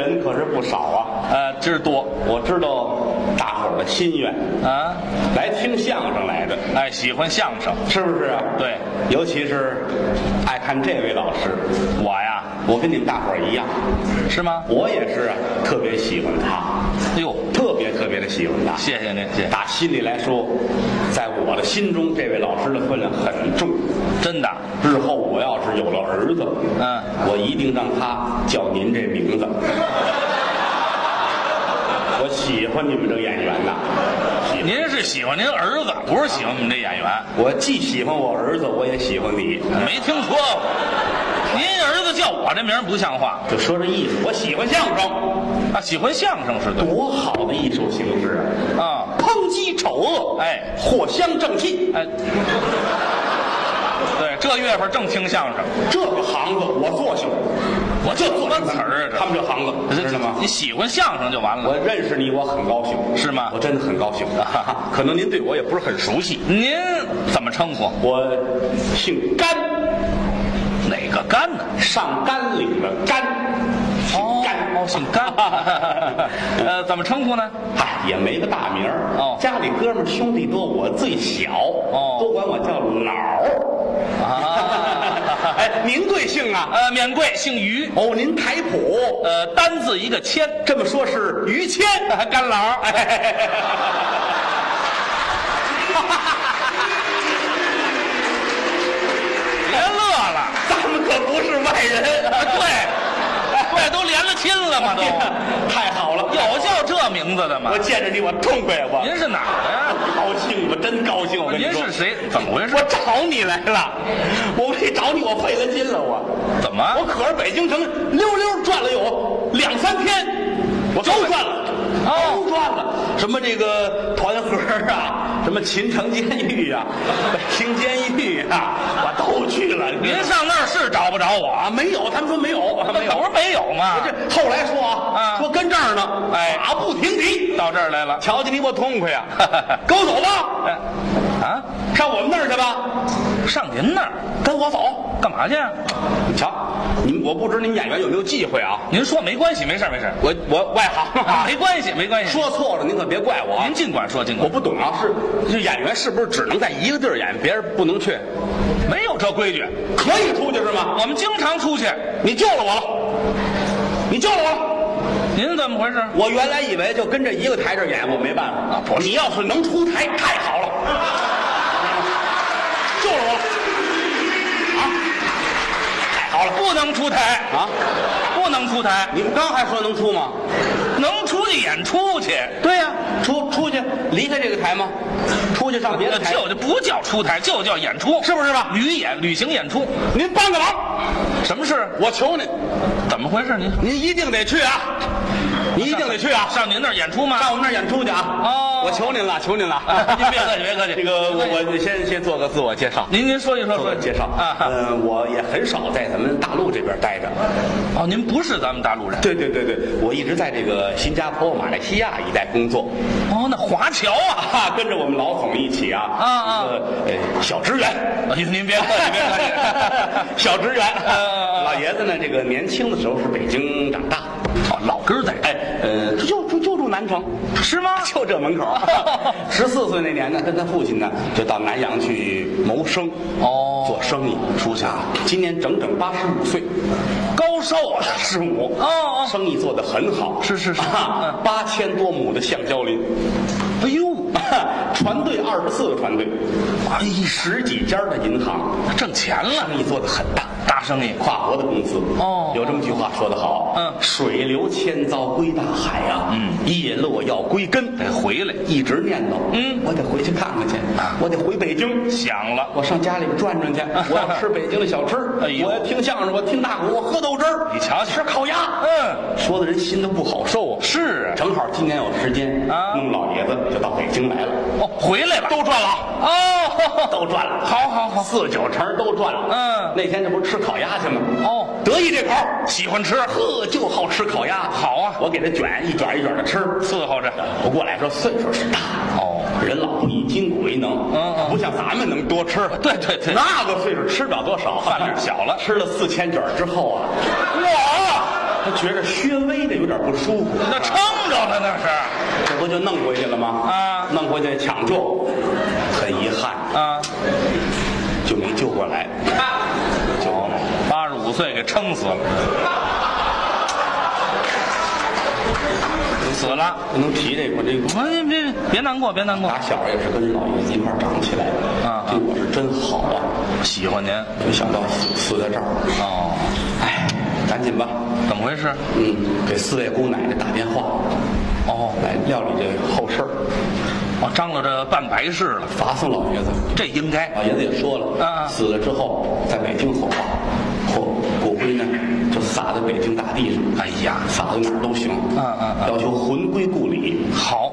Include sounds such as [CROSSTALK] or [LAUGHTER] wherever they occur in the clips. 数少啊，呃，知多我知道大伙儿的心愿，啊，来听相声来的，哎，喜欢相声，是不是啊？对，尤其是爱看这位老师，我呀，我跟你们大伙儿一样，是吗？我也是啊，特别喜欢他，哎呦，特别特别的喜欢他。谢谢您，谢谢，打心里来说，在我的心中，这位老师的分量很重。真的，日后我要是有了儿子，嗯我一定让他叫您这名字。 [LAUGHS] 我喜欢你们这个演员呐，喜欢。您是喜欢您儿子，不是喜欢我们这演员，我既喜欢我儿子，我也喜欢你。没听说过。您儿子叫我这名儿不像话就说这艺术，我喜欢相声，啊，喜欢相声是对多好的艺术形式啊！啊，抨击丑恶，哎藿香正气，哎，对，这月份正听相声，这个行子我做去，我就做什么词儿啊这他们这行子，知道吗你？喜欢相声就完 [LAUGHS] 了我。认识你，我很高兴，是吗我真的很高 [LAUGHS] 兴。可能您对我也不是很熟悉，您怎么称呼？我姓甘，哪个干呢？上甘岭的甘，姓甘。哦，姓 [LAUGHS] 甘。呃，怎么称呼呢？嗨，也没个大名儿哦家里哥们儿兄弟多，我最小，哦都管我叫老儿。啊哎，您贵姓啊？ [LAUGHS] 呃，免贵，姓于，哦，您台普，呃，单字一个谦，这么说是于 [LAUGHS] 谦，干老。哎，别乐了，咱们可不是外人。 [LAUGHS] 啊对，对，都连了亲了嘛，都太好了，有叫这名字的吗我？见着你我痛快我。您是哪儿的呀？高兴，我真高兴！我跟你您说，是谁？怎么回事我？找你来了，我为找你，我费了劲了，我怎么？我可是北京城溜溜转了有两三天，我都转了，哦都转了，什么这个团河啊，什么秦城监狱啊，北京监狱啊，我都去了。您上那儿是找不着我，啊？没有，他们说没有，那没有。不是没有吗？这后来说啊，啊说跟这儿呢，哎马不停蹄，到这儿来了，瞧见你我痛快 [LAUGHS] 呀、嗯跟我走吧，哎啊，上我们那儿去吧，上您那儿跟我走。干嘛去？啊？你瞧，你们我不知你们演员有没有忌讳啊？您说没关系，没事儿没事儿，我我外行 [LAUGHS] 啊，没关系没关系。说错了您可别怪我啊哎您。尽管说，尽我管不懂啊，是这演员是不是只能在一个地儿演，别人不能去？没有这规矩，可以出去是吗？我们经常出去。你救了我了，你救了我了。您怎么回事？我原来以为就跟这一个台这儿演，我没办法。啊不是你要是能出台，太好了，救了我了，啊，太好了不能出台啊！不能出台，你们刚还说能出吗？能出去演出去，对呀、出出去离开这个台吗？出去上别的台，就就不叫出台，就叫演出，是不是吧？旅演、旅行演出。您帮个忙，什么事？我求您，怎么回事？您说您一定得去啊，您一定得去啊，上您那儿演出吗？上我们那儿演出去啊！哦，我求您了，求您了 [LAUGHS] 您别客气别客气啊这个我我先先做个自我介绍。您您说一说，做个说一介绍啊。哈嗯、我也很少在咱们大陆这边待着。嗯哦，您不是咱们大陆人对对对对，我一直在这个新加坡、马来西亚一带工作，哦，那华侨 [LAUGHS] 啊。哈、跟着我们老总一起啊，啊啊一个呃小职员，哎呦 [LAUGHS] 您别客气，别客气。 [LAUGHS] 小职员嗯，老爷子呢，这个年轻的时候是北京长大，哦，老根儿在哎，呃，就就就住南城， [LAUGHS] 是吗？就这门口。 [LAUGHS] 十四岁那年呢，跟他父亲呢就到南阳去谋生，哦做生意。属下今年整整八十五岁，高寿啊！十五哦哦生意做得很好，是是是啊嗯八千多亩的橡胶林，哎呦， [LAUGHS] 船队二十四个船队，哎呀，十几家的银行，挣钱了，生意做得很大。大生意。跨国的公司哦有这么句话说得好，嗯水流千遭归大海啊，嗯，叶落要归根，得回来一直念叨，嗯我得回去看看去，啊我得回北 [LAUGHS] 京，想了，我上家里边转转去， [LAUGHS] 我要吃北京的小吃，哎呦我要听相声，我听大鼓，我喝豆汁儿，你瞧瞧吃烤鸭，嗯，说的人心都不好受啊。是啊。正好今年有时间啊弄老爷子就到北京来了，哦，回来了，都赚了，哦，都赚了， [LAUGHS] 好好好，四九成都赚了。嗯那天这不是吃烤鸭去吗？哦，得意这口儿。喜欢吃，呵，就好吃烤鸭，好啊我给他卷一卷一卷的吃。伺候着。不过来说岁数是大，哦，人老了一筋骨一能，嗯嗯不像咱们能多吃。对对对那个岁数吃不了多少，饭量小了吃了四千卷之后啊，哇，他觉着稍微的有点不舒服，那撑着呢，那是这不就弄回去了吗？啊弄回去抢救，很遗憾啊。就没救过来，救过来。八十五岁给撑死了，死了。不能提这个，我这个我这这别难过，别难过打，小也是跟老爷子一块儿长起来的啊对我是真好啊！喜欢您没想到死死在这儿，哦。哎，赶紧吧，怎么回事？嗯，给四位姑奶奶打电话，哦来料理这后事儿，哦，张罗着办白事了，罚送老爷子。这应该老爷子也说了，啊死了之后在北京火化，火骨灰呢就撒在北京大地上，哎呀撒到哪儿都行，啊啊啊要求魂归故里，好，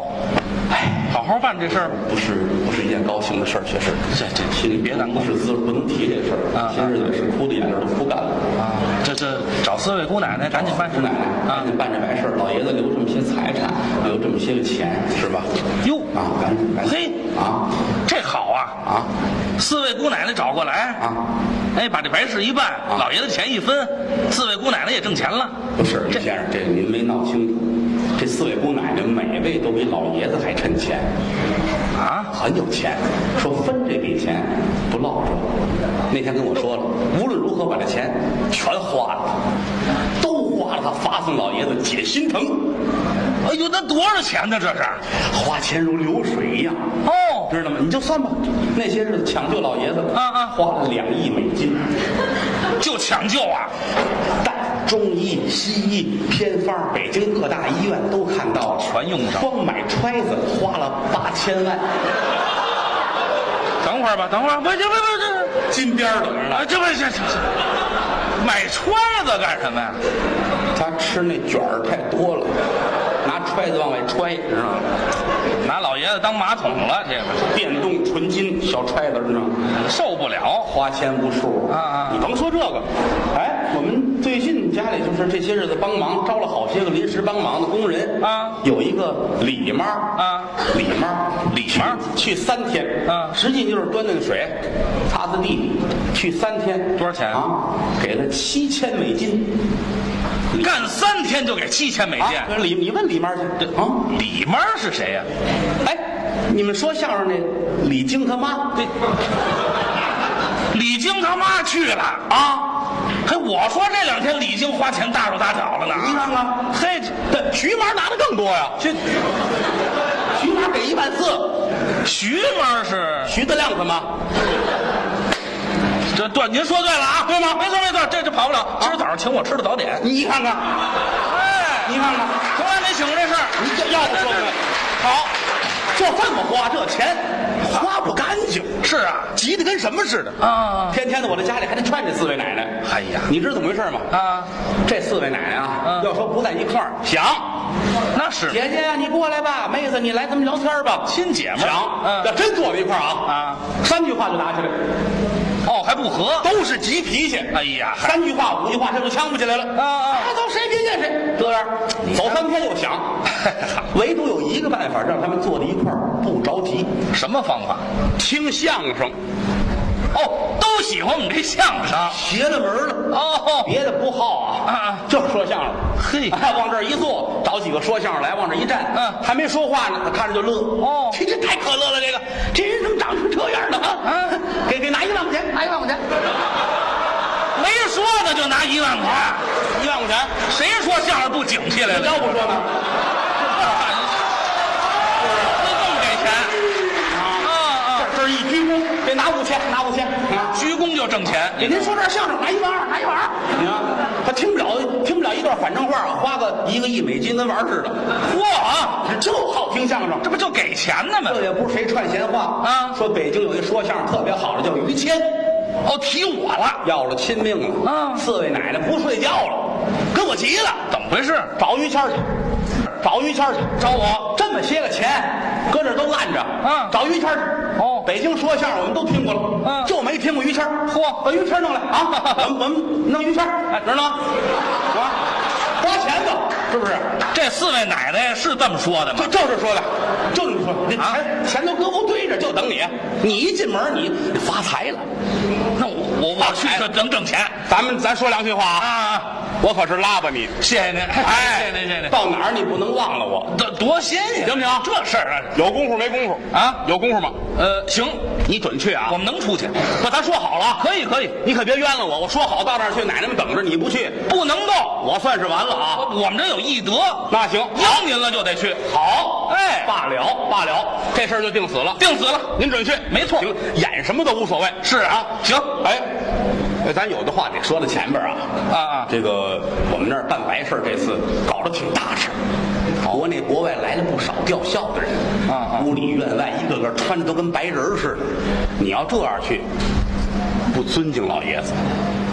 哎，好好办这事儿吧。不是不是一件高兴的事儿，确实。这这心里别难过不是滋味，不能提这事儿。啊今日也是哭的眼泪都哭干了。啊，这这找四位姑奶奶，赶紧办事姑奶奶，啊赶！紧办这白事儿，老爷子留这么些财产，留这么些个钱，是吧？哟，啊，赶紧，赶紧嘿，啊这好啊！啊四位姑奶奶找过来啊！哎，把这白事一办，老爷子钱一分，四位姑奶奶也挣钱了。不是，这李先生，这您没闹清楚，这四位姑奶奶每位都比老爷子还趁钱，啊，很有钱。说分这笔钱不落着，那天跟我说了，无论如何把这钱全花了，都花了他发送老爷子解心疼。哎呦，那多少钱呢？这是花钱如流水一样，哦，知道吗？你就算吧，那些日子抢救老爷子，啊啊花了两亿美金，就抢救啊！但中医、西医、偏方，北京各大医院都看到了，全用上光买揣子花了八千万，等会儿吧，等会儿，不这不不金边儿等着这，啊，。这不这这这买揣子干什么呀？他吃那卷儿太多了，拿揣子往外揣，知道吗？拿老爷子当马桶了，这个电动纯金小揣子，知道吗？受不了。花钱无数啊啊你甭说这个，哎，我们最近家里就是这些日子帮忙招了好些个临时帮忙的工人啊有一个李妈啊，李妈，李妈去去三天啊实际就是端端水、擦擦地，去三天多少钱啊？给了七千美金。干三天就给七千美金，啊，李你问李妈去啊？里面是谁呀、哎，你们说相声那李菁他妈这李菁他妈去了啊！啊，嘿，我说这两天李菁花钱大手大脚了你呢。啊看看，嘿，这徐妈拿的更多呀、这徐妈给一万四。徐妈是徐德亮他妈，这对，您说对了啊，对吗？没错没错，这这跑不了。啊今儿早上请我吃的早点，你看看，哎，你看看，从来没请过这事儿。你这要不说呢？好，就这么花这钱，花不干净，是啊，急得跟什么似的啊天天的我在家里还得劝这四位奶奶。哎呀你知道怎么回事吗？啊，这四位奶奶啊，嗯要说不在一块儿，想那是姐姐呀，你过来吧，妹子你来咱们聊天吧，亲姐们儿想，嗯要真坐在一块儿啊啊，三句话就打起来，哦，还不和。都是急脾气。哎呀，还三句话五句话这就呛不起来了啊啊哎走谁别见谁，这样走三天又 [LAUGHS] 想，唯独有一个办法让他们坐在一块儿不着急，什么方法？听相声，哦，都喜欢我们这相声。邪了门了。哦，别的不好啊，啊啊就是说相声。嘿哎，往这儿一坐，找几个说相声来，往这儿一站，嗯还没说话呢，他看着就乐。哦这这太可乐了，这个这人怎么长成这样呢？啊嗯，给给拿一万块钱，拿一万块钱，没说呢就拿一万块。一万块钱，谁说相声不景气来了？要不说呢？那更给钱啊啊！这儿一鞠躬，给拿五千，拿五千啊。鞠躬就挣钱，给您说段相声，拿一万二，拿一万二。你看，哎他听不了，听不了一段反正话啊，花个一个亿美金跟玩儿似的，嚯，就好听相声。这不就给钱呢吗这？也不是谁串闲话啊说北京有一说相声特别好的叫于谦，哦，提我了，要了亲命了。啊四位奶奶不睡觉了，跟我急了，怎么回事？找于谦去，找于谦去。找我？这么些个钱，搁这儿都按着，嗯找于谦去。哦北京说相声我们都听过了，嗯就没听过于谦。嚯把于谦弄来 [LAUGHS] 啊，我们我们弄于谦，哎，知道吗？啊，花钱吧，是不是？这四位奶奶是这么说的吗就？就是说的，就这么说，这啊钱钱都搁屋堆着，就等你。你一进门，你你发财了。那我我我去这能挣钱咱们咱说良心话啊，啊？我可是拉吧你，谢谢您，哎谢谢您，谢谢您，到哪儿你不能忘了我。多多新鲜，行不行这事儿啊，有功夫没功夫啊有功夫吗？呃，行，你准去啊！我们能出去，不，咱说好了，可以，可以，你可别冤了我。我说好到到那儿去，奶奶们等着你不去，不能够，我算是完了啊。我我们这有义德，那行，应您了就得去，好，哎罢了罢了，这事儿就定死了。定死了，您准去，没错行，演什么都无所谓。是啊，行，哎，哎咱有的话得说。说到前边儿啊，啊啊，这个我们那儿办白事儿这次搞得挺大事儿，国内国外来了不少吊孝的人，啊啊屋里院外一个个穿着都跟白人儿似的。你要这样去，不尊敬老爷子。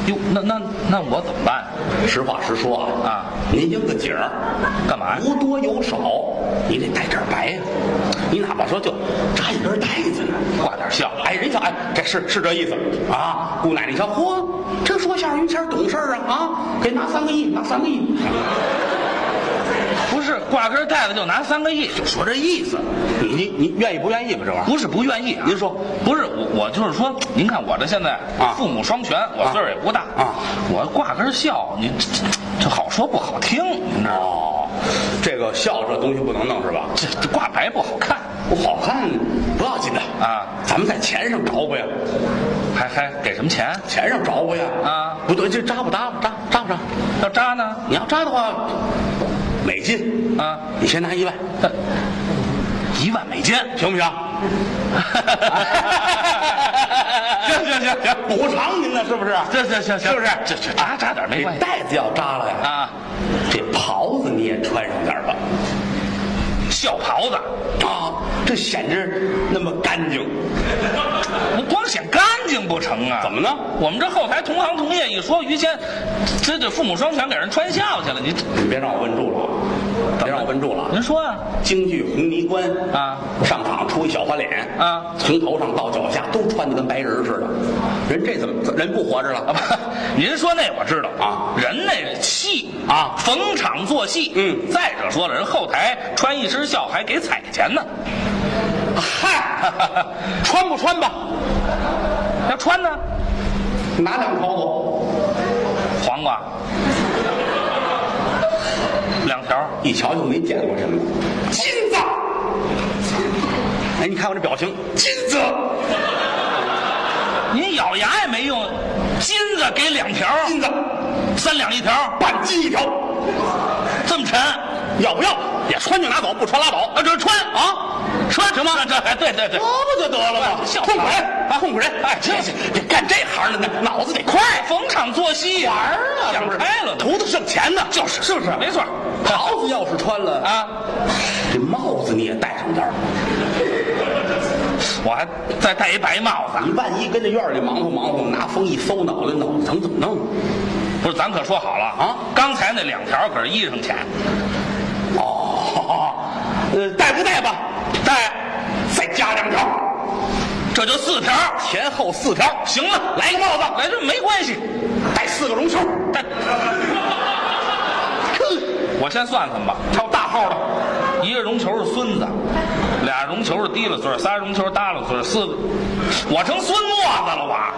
哟，那那那我怎么办呀？实话实说啊，啊您应个景儿，干嘛呀无多有少，你得带点儿白呀、啊你哪怕说就扎一根带子呢，挂点笑，哎，人瞧，哎，这是是这意思啊。姑奶奶一瞧，嚯，这说相声于谦儿懂事儿啊啊，给拿三个亿，拿三个亿，不是挂根带子就拿三个亿，就说这意思。你你你愿意不愿意吧？这玩意儿不是不愿意、啊。您说，不是我，我就是说，您看我这现在啊父母双全，我岁数也不大啊，我挂根孝，你这这这好说不好听，你知道吗？哦，这个笑这东西不能弄是吧？这这挂白不好看，不好看不要紧的啊咱们在钱上着不呀，还还给什么钱？钱上着不呀啊，不对，这扎不扎不扎扎不扎？要扎呢？你要扎的话，美金啊， [LAUGHS] 你先拿一万，呃一万美金，行不行？ [LAUGHS] 行行行行，补偿您呢，是不是？这这行行，是不哎是这这啊扎扎点没关这系带子要扎了呀，啊，这袍子你也穿上点儿吧，孝袍子啊，这显着那么干净。不光显干净不成啊？怎么呢？我们这后台同行同业一说，于谦，这这父母双全给人穿孝去了，你你别让我问住了啊，别让我问住了啊。您说啊？京剧《红泥关》啊，上场出一小花脸啊从头上到脚下都穿的跟白人似的，人这怎么人不活着了？啊不， [LAUGHS] 您说那我知道啊人那戏啊逢场作戏。嗯再者说了，人后台穿一身孝还给彩钱呢， [LAUGHS] 嗨，穿不穿吧？要穿呢，拿两条子，黄瓜两条，一瞧就没见过什么金子。哎，你看我这表情，金子，您咬牙也没用，金子给两条，金子，三两一条，半斤一条，这么沉。要不要？也穿就拿走，不穿拉倒。啊，这穿啊，穿什么？这哎这对对对，不就得了吗笑话痛快人，啊，痛快人！哎，这是这干这行的呢，脑子得快。逢场作戏，玩儿啊想开了呢，图的挣钱呢，就是是不是？没错袍子要是穿了啊，啊。这帽子你也戴上点儿。我还再戴一白帽子，你万一跟这院里忙活忙活，拿风一搜脑袋，脑袋疼怎么弄？不是？咱可说好了啊刚才那两条可是衣裳钱，哦，呃，戴不戴吧？戴，再加两条，这就四条，前后四条，行了，来个帽子，来这没关系。戴四个绒球。 [LAUGHS] 戴，我先算算吧，还有大号的，一个绒球是孙子，俩绒球是提了嘴儿，仨绒球是耷拉嘴儿，四个，我成孙沫子了，我啊，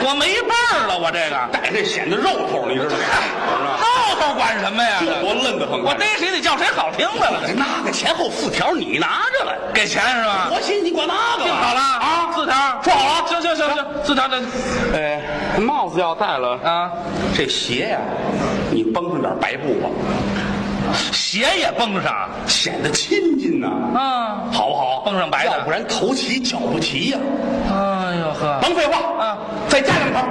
我没辈儿了，我这个。戴这显得肉头，你知道吗？ [LAUGHS] 后头管什么呀？这多愣得很我逮谁得叫谁好听的了，那个前后四条你拿着了，给钱是吧？我寻思你管那个定好了啊，四条说好了行行行行，四条这哎，帽子要戴了，啊，这鞋呀、你绷上点白布吧，鞋也蹦上显得亲近呐、啊，好不好？蹦上白的要不然头齐脚不齐呀、哎呦呵，甭废话啊，再加两条，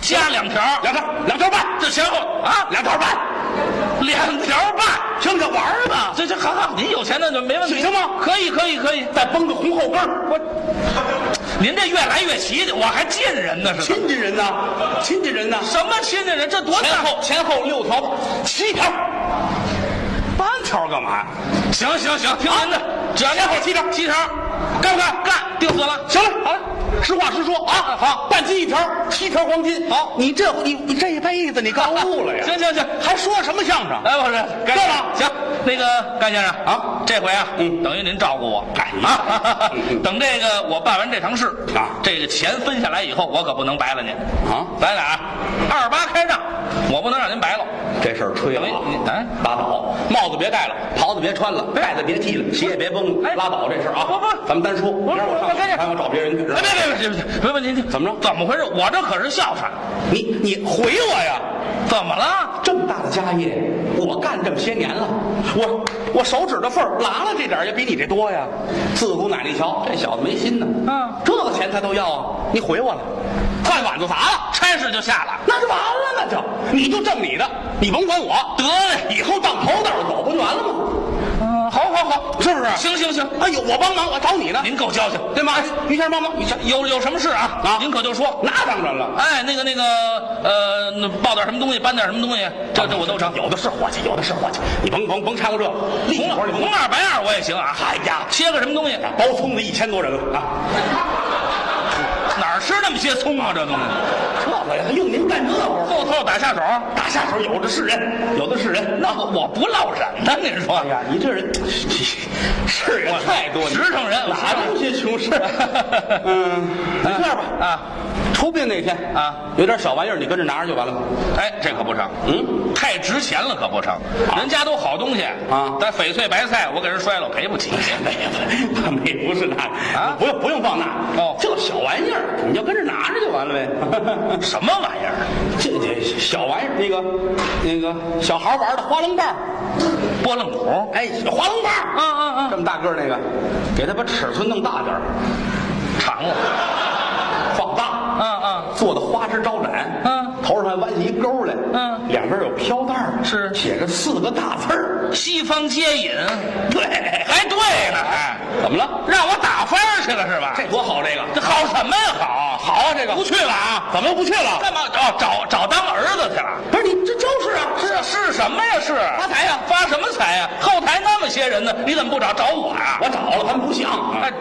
加两条，两条，两条半，这前后啊，两条半，两条半，听着玩儿吧，这这好好，您有钱那就没问题，行吗可以可以可以，再绷个红后跟儿，您这越来越齐，我还近人呢是吧？亲近人呐，亲近人呐，什么亲近人？这多大？后前后六条，七条，八条干嘛呀？啊行行行，听您的，只要前后七条，七条，干不干？干，定死了。行了，好了，实话实说啊，好，半斤一条，七条黄金，好，你 [LAUGHS] 这你你这一辈子你干悟了呀？行行行，还说什么相声？来，我说，够了行，那个甘先生啊这回啊，嗯等于您照顾我，哎啊 [LAUGHS] 嗯嗯，等这个我办完这堂事啊这个钱分下来以后，我可不能白了您啊咱俩二八开账，我不能让您白了。这事儿吹了啊等于你哎，拉倒，帽子别戴了，袍子别穿了，带子别系了，鞋也别崩了，哎拉倒这事儿啊！不不咱们单说，明儿我上我跟着还要找别人去，是吧哎，别别别别别别别，您怎么着怎么回事？我这可是孝顺，你你回我呀！怎么了？这么大的家业，我干这么些年了，我我手指的缝儿拉了这点儿也比你这多呀。自古奶奶瞧，这小子没心呢。嗯这个钱他都要啊，你回我了，饭碗就砸了，差事就下了，那就完了，那就你就挣你的，你甭管我，得嘞，以后当头道走不就完了吗？嗯，好好好，是不是？行行行，哎呦，我帮忙，我找你呢，您够交情，对吗？哎于谦帮忙，于谦，有有什么事啊？啊您可就说。那当然了。哎，那个那个，呃，那报点什么东西，搬点什么东西，这这我都成。有的是伙计，有的是伙计，你甭甭甭掺和这个，立红活儿二你甭红管。二白二我也行啊。哎呀，切个什么东西，包葱的一千多人了啊！哪儿吃那么些葱啊？这东西，这个呀，用您干这活儿，后头打下手，打下手有的是人，有的是人。那我不落忍呢。您说哎，呀，你这人 [LAUGHS] 是人太多，实诚人哪那么些穷事儿？ [LAUGHS] 嗯，那这样吧，啊？出殡那天啊，有点小玩意儿，你跟着拿着就完了。 [LAUGHS] 哎，这可不成，嗯，太值钱了可不成。人家都好东西啊但翡翠白菜我给人摔了，赔不 [LAUGHS] 起。没有，他们也不是那啊不用不用放那哦这小玩意儿你就跟着拿着就完了 [LAUGHS] 呗。什么玩意儿？这这小玩意儿，那个那个小孩玩的花楞棒儿，拨浪鼓？哎，花楞棒儿，嗯嗯嗯这么大个儿那个，给他把尺寸弄大点儿，长了。放大，嗯嗯，做的花枝招展，嗯头上还弯起一钩来，嗯两边有飘带儿，是写着四个大字儿，西方接引，对，还对呢还。怎么了？让我打分儿去了是吧？这多好，这个这好什么呀？好，好啊，这个不去了啊？怎么又不去了？干嘛？哦，找找当儿子去了？不是你这就是啊，是啊，是什么呀？是发财啊呀发什么财呀？后台那么些人呢，你怎么不找找我呀？我找了，他们不像，啊哎，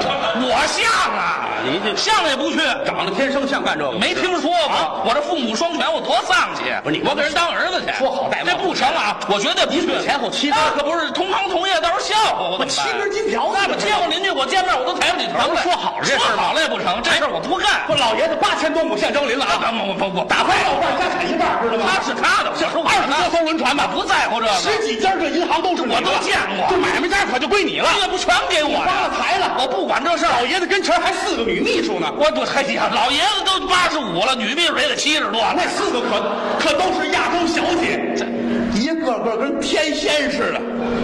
我像啊，你这像了也不去，长得天生像干这个，没听说过。我这父母双全，我多丧气！啊不是你我给人当儿子去，说好歹这不成啊！我绝对不去。前后七根那可不是同行同业，到时候笑话我怎么办？七根金条呢那我街坊邻居，我见面我都抬不起头来。咱们说好了这事儿说吧好了也不成，这事儿我不干。不，老爷子八千多亩现征林了啊！我我我我打打败老伴儿家产一半儿，知道吗？他是他的，我说我是他二十多艘轮船吧不在乎这个。十几家这银行都是我都见过这买卖家可就归你了。这不全给我发了呀？财了，我不管这事儿，老爷子跟前儿还四个女秘书呢，我我哎呀，老爷子都八十五了，女秘书也得七十多。那四个可可都是亚洲小姐，一个个跟天仙似的，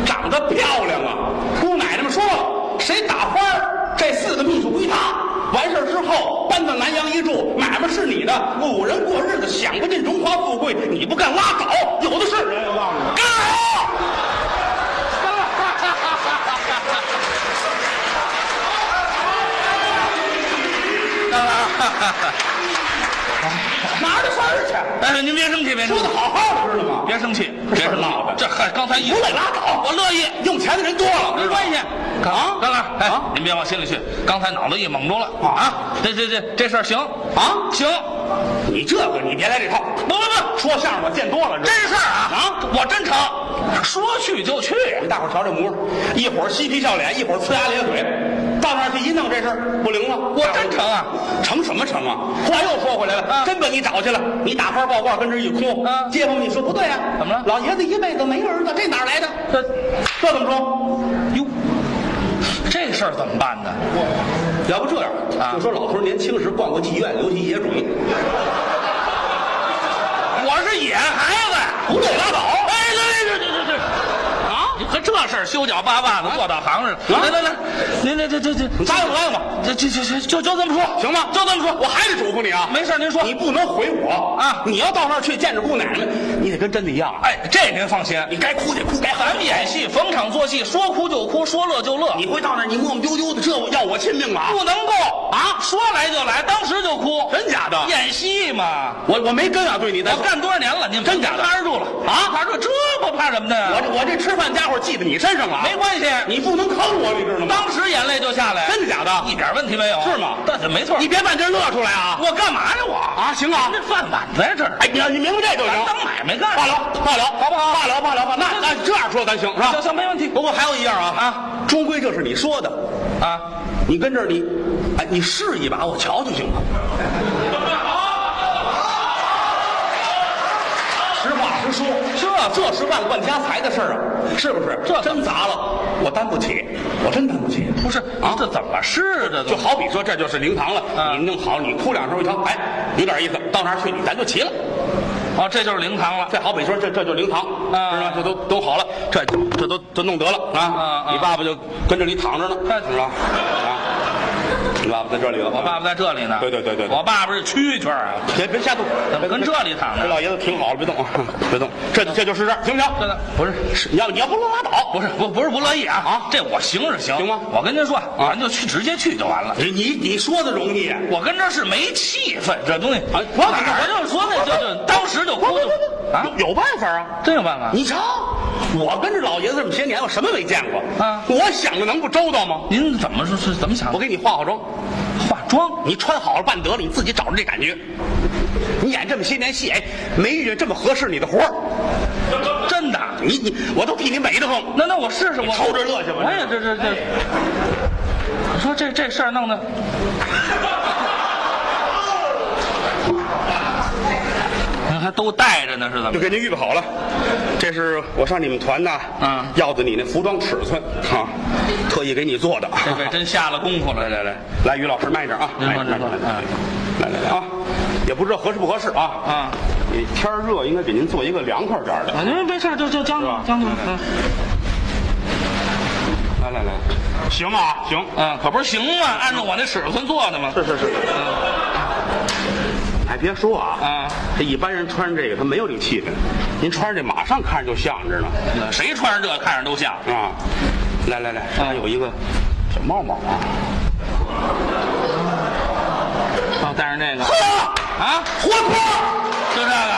长得漂亮啊。姑奶奶们说了，谁打翻儿，这四个秘书归他。完事儿之后搬到南阳一住，买卖是你的，五人过日子享不尽荣华富贵，你不干拉倒，有的是人。我告诉你，干啥？拿着事儿哎，您别生气，别去，生说气的，好好的，知道吗？别生气，这别事儿生闹的气。这还刚才一不得拉倒，我乐意。用钱的人多了，没关系，啊刚才哎啊，您别往心里去，刚才脑子一懵住了啊啊！这这这这事儿行啊！行，你这个你别来这套，不不不，说相声我见多了，真这事儿啊啊！我真成，说去就去。你大伙儿瞧这模样，一会儿嬉皮笑脸，一会儿呲牙咧嘴，到那儿去一弄这事儿不灵了，我真成啊！成什么成啊？话又说回来了，啊真把你找去了，你打花报卦跟这儿一哭，啊街坊们一说不对啊，怎么了老爷子一辈子没儿子，这哪儿来的？这这怎么说？哟，这事儿怎么办呢？要不这样，啊就说老头儿年轻时逛过妓院，留下野种，我是野孩子，不对拉倒。哎，这这这这这啊！你和这事儿修脚八把子过道行似的。来来来，您这这这这，你答应不答应吧？这这这这就就这么说行吗？就这么说，我还是嘱咐你啊，没事，您说你。不能回我啊你要到那儿去见着姑奶奶，你得跟真的一样啊。哎，这您放心，你该哭得哭，该咱喊们演戏逢场作戏，说哭就哭，说乐就乐，你会到那儿，你磨磨丢丢的，这我要我亲命了啊！不能够啊，说来就来，当时就哭，真假的？的演戏嘛。我我没跟啊，对你的我干多少年了？你们真假的摊住了啊？摊住这不怕什么的我呀？这我这吃饭家伙记在你身上了啊，没关系，你不能坑我，你知道吗？当时眼泪就下来，真的假的？一点问题没有，是吗但是没错，你别半截乐出来啊！我干嘛呀我？啊，行啊，这饭碗在这儿，哎，你要你明白这就咱行。当买卖干。罢了，罢了，好不好？罢了，罢了，罢了。那那这样说咱行是吧？行行，没问题不过还有一样啊啊，终归这是你说的，啊。你跟这儿你，哎，你试一把，我瞧瞧行吗？实话实说，这这是万贯家财的事儿啊，是不是？这真砸了，我担不起，我真担不起。不是啊，这怎么是这都就好比说这就是灵堂了，啊你弄好，你哭两声一瞧，哎，有点意思，到那儿去你咱就齐了。啊？这就是灵堂了。再好比说这这就是灵堂，啊知道吗？这都都好了，这这都都弄得了啊！啊啊你爸爸就跟着你躺着呢，哎是吧？啊，你爸爸在这里了，我爸爸在这里呢。对对对对对我爸爸是蛐蛐儿啊，别别瞎动，怎么跟这里躺这着？老爷子挺好了，别动啊，别动，这这就是这儿，行不行？真的不是是，你要你要不乐拉倒，不是不不是不乐意啊啊这我行是行行吗啊我跟您说，咱就去直接去就完了。你你你说的容易，我跟这是没气氛，这东西啊我哪儿我就说那就 [LAUGHS] 就当时就哭就啊，有有办法啊！真有办法？你瞧，我跟着老爷子这么些年，我什么没见过啊我想的能不周到吗？您怎么是是怎么想我的？给你化化妆，化 [LAUGHS] 妆你穿好了扮得了，你自己找着这感觉。你演这么些年戏，哎，没遇见这么合适你的活儿。真的？你你，我都替你美得慌。那那我试试我瞅着乐去吧我也这这这，你说这这事 [LAUGHS] 儿弄的，那还都带着呢是怎就么？给您预备好了，这是我上你们团呢，嗯要的你那服装尺寸啊，特意给你做的。这位真下了功夫了，来来， [LAUGHS] 来，于老师慢一点啊，您慢说一您点，说慢一，点嗯来来来啊，也不知道合适不合适啊。啊，你天儿热，应该给您做一个凉快点儿的。反正啊没事儿就就将就将就，嗯来来来，行啊，行，嗯，可不是行吗？按照我那尺寸做的嘛，是是是。哎，别说啊，啊，这一般人穿这个他没有这个气氛，您穿上这马上看着就像着呢嗯谁穿着这看着都像。啊！来来来，这还有一个小帽帽啊，哦，戴上这个啊，啊，活泼，就这个，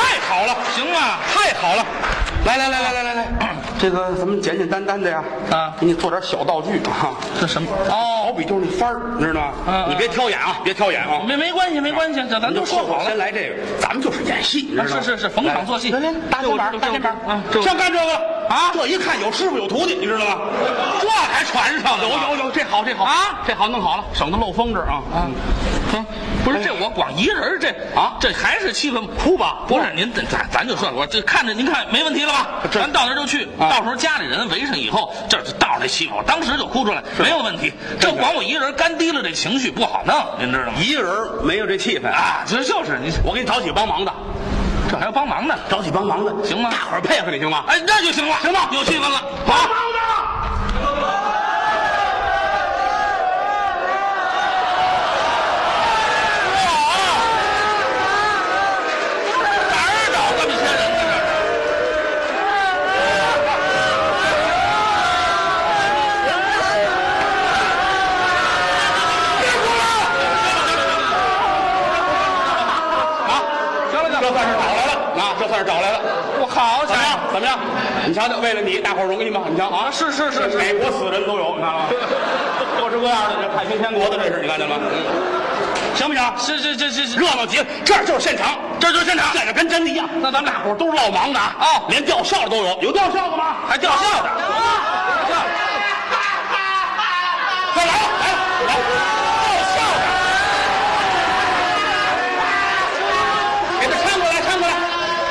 太好了，行吗？太好了！来来来来来来来，这个咱们简简单单的呀，啊给你做点小道具啊，这什么？好哦，比就是那幡儿，你知道嗯吗？嗯你别挑眼啊，别挑眼啊，没没关系，没关系，这咱都说好了先。来这个，咱们就是演戏，你知道吗啊是是是逢场作戏来来，来搭肩膀，搭肩膀，嗯这我像干这个啊，这一看有师傅有徒弟，你知道吗？这还传上了，有有有，这好这好啊，这好弄好了，省得漏风这儿啊。啊，哼不是这我光一人儿这啊这还是气氛哭吧不是您咱咱就说我这看着您看没问题了吧？这咱到那儿就去，啊到时候家里人围上以后，这就到这气氛，我当时就哭出来，没有问题。这光我一人干滴了这情绪不好弄，您知道吗？一人儿没有这气氛啊，啊，这就是您我给你找几个帮忙的，这还要帮忙呢，找几帮忙的，行吗大伙儿配合你行吗？哎，那就行了，行吧，有气氛了，帮好。忙的。哪儿找这么些人呢？行了，这算是找来了啊，这算是找来了。这我好怎家么样伙！？怎么样？你瞧瞧，为了你，大伙儿容易吗？你瞧啊，是是是是美国死人都有，你看了吗？各式各样的，这太平天国的这是，你看见吗？嗯行不行？这这这这这热闹极了，这儿就是现场，这就是现场，这就跟真的一样。那咱们大伙儿都是落忙的啊，哦连吊孝的都有，有吊孝的吗？还掉笑的。快来了，来了，来了，吊孝的，给他搀过来，搀过来，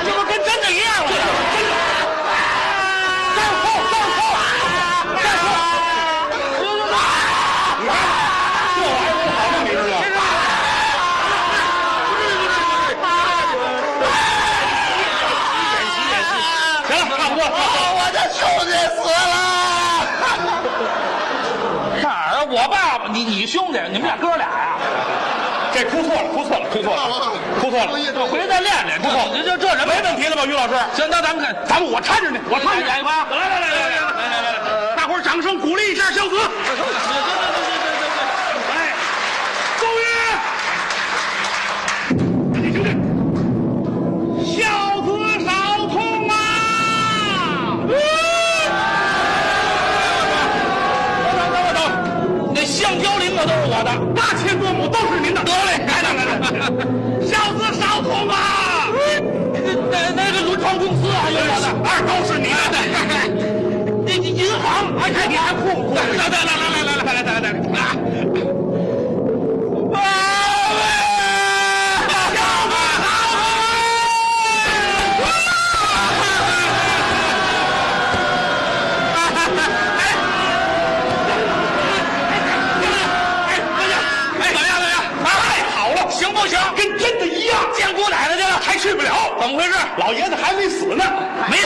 这都跟真的一样了，真的。站后，站后，站后。你看，这玩意儿不好弄，你知道吗？行了，差不多了。我的兄弟死了。哪儿啊？我爸爸，你你兄弟，你们俩哥俩呀、这哭错了，哭错了，哭错了，哭错了。回去再练练。不错这这这人没问题了吧，于老师？行，那咱们看，咱们我搀着你，我搀着你。来吧来来来来来来来来，大伙儿掌声鼓励一下肖子。这这这这这这这哎，终于八千多亩都是您的。得嘞，来来来来，小子少捅吧。那那个轮船公司还有我的，二都是你的。那银行，哎，你还酷不酷？来来来来来来来来来来。宝哎，怎么样怎么样？太好了，行不行？跟真的一样，见姑奶奶去了，还去不了，怎么回事？老爷子还没死呢。没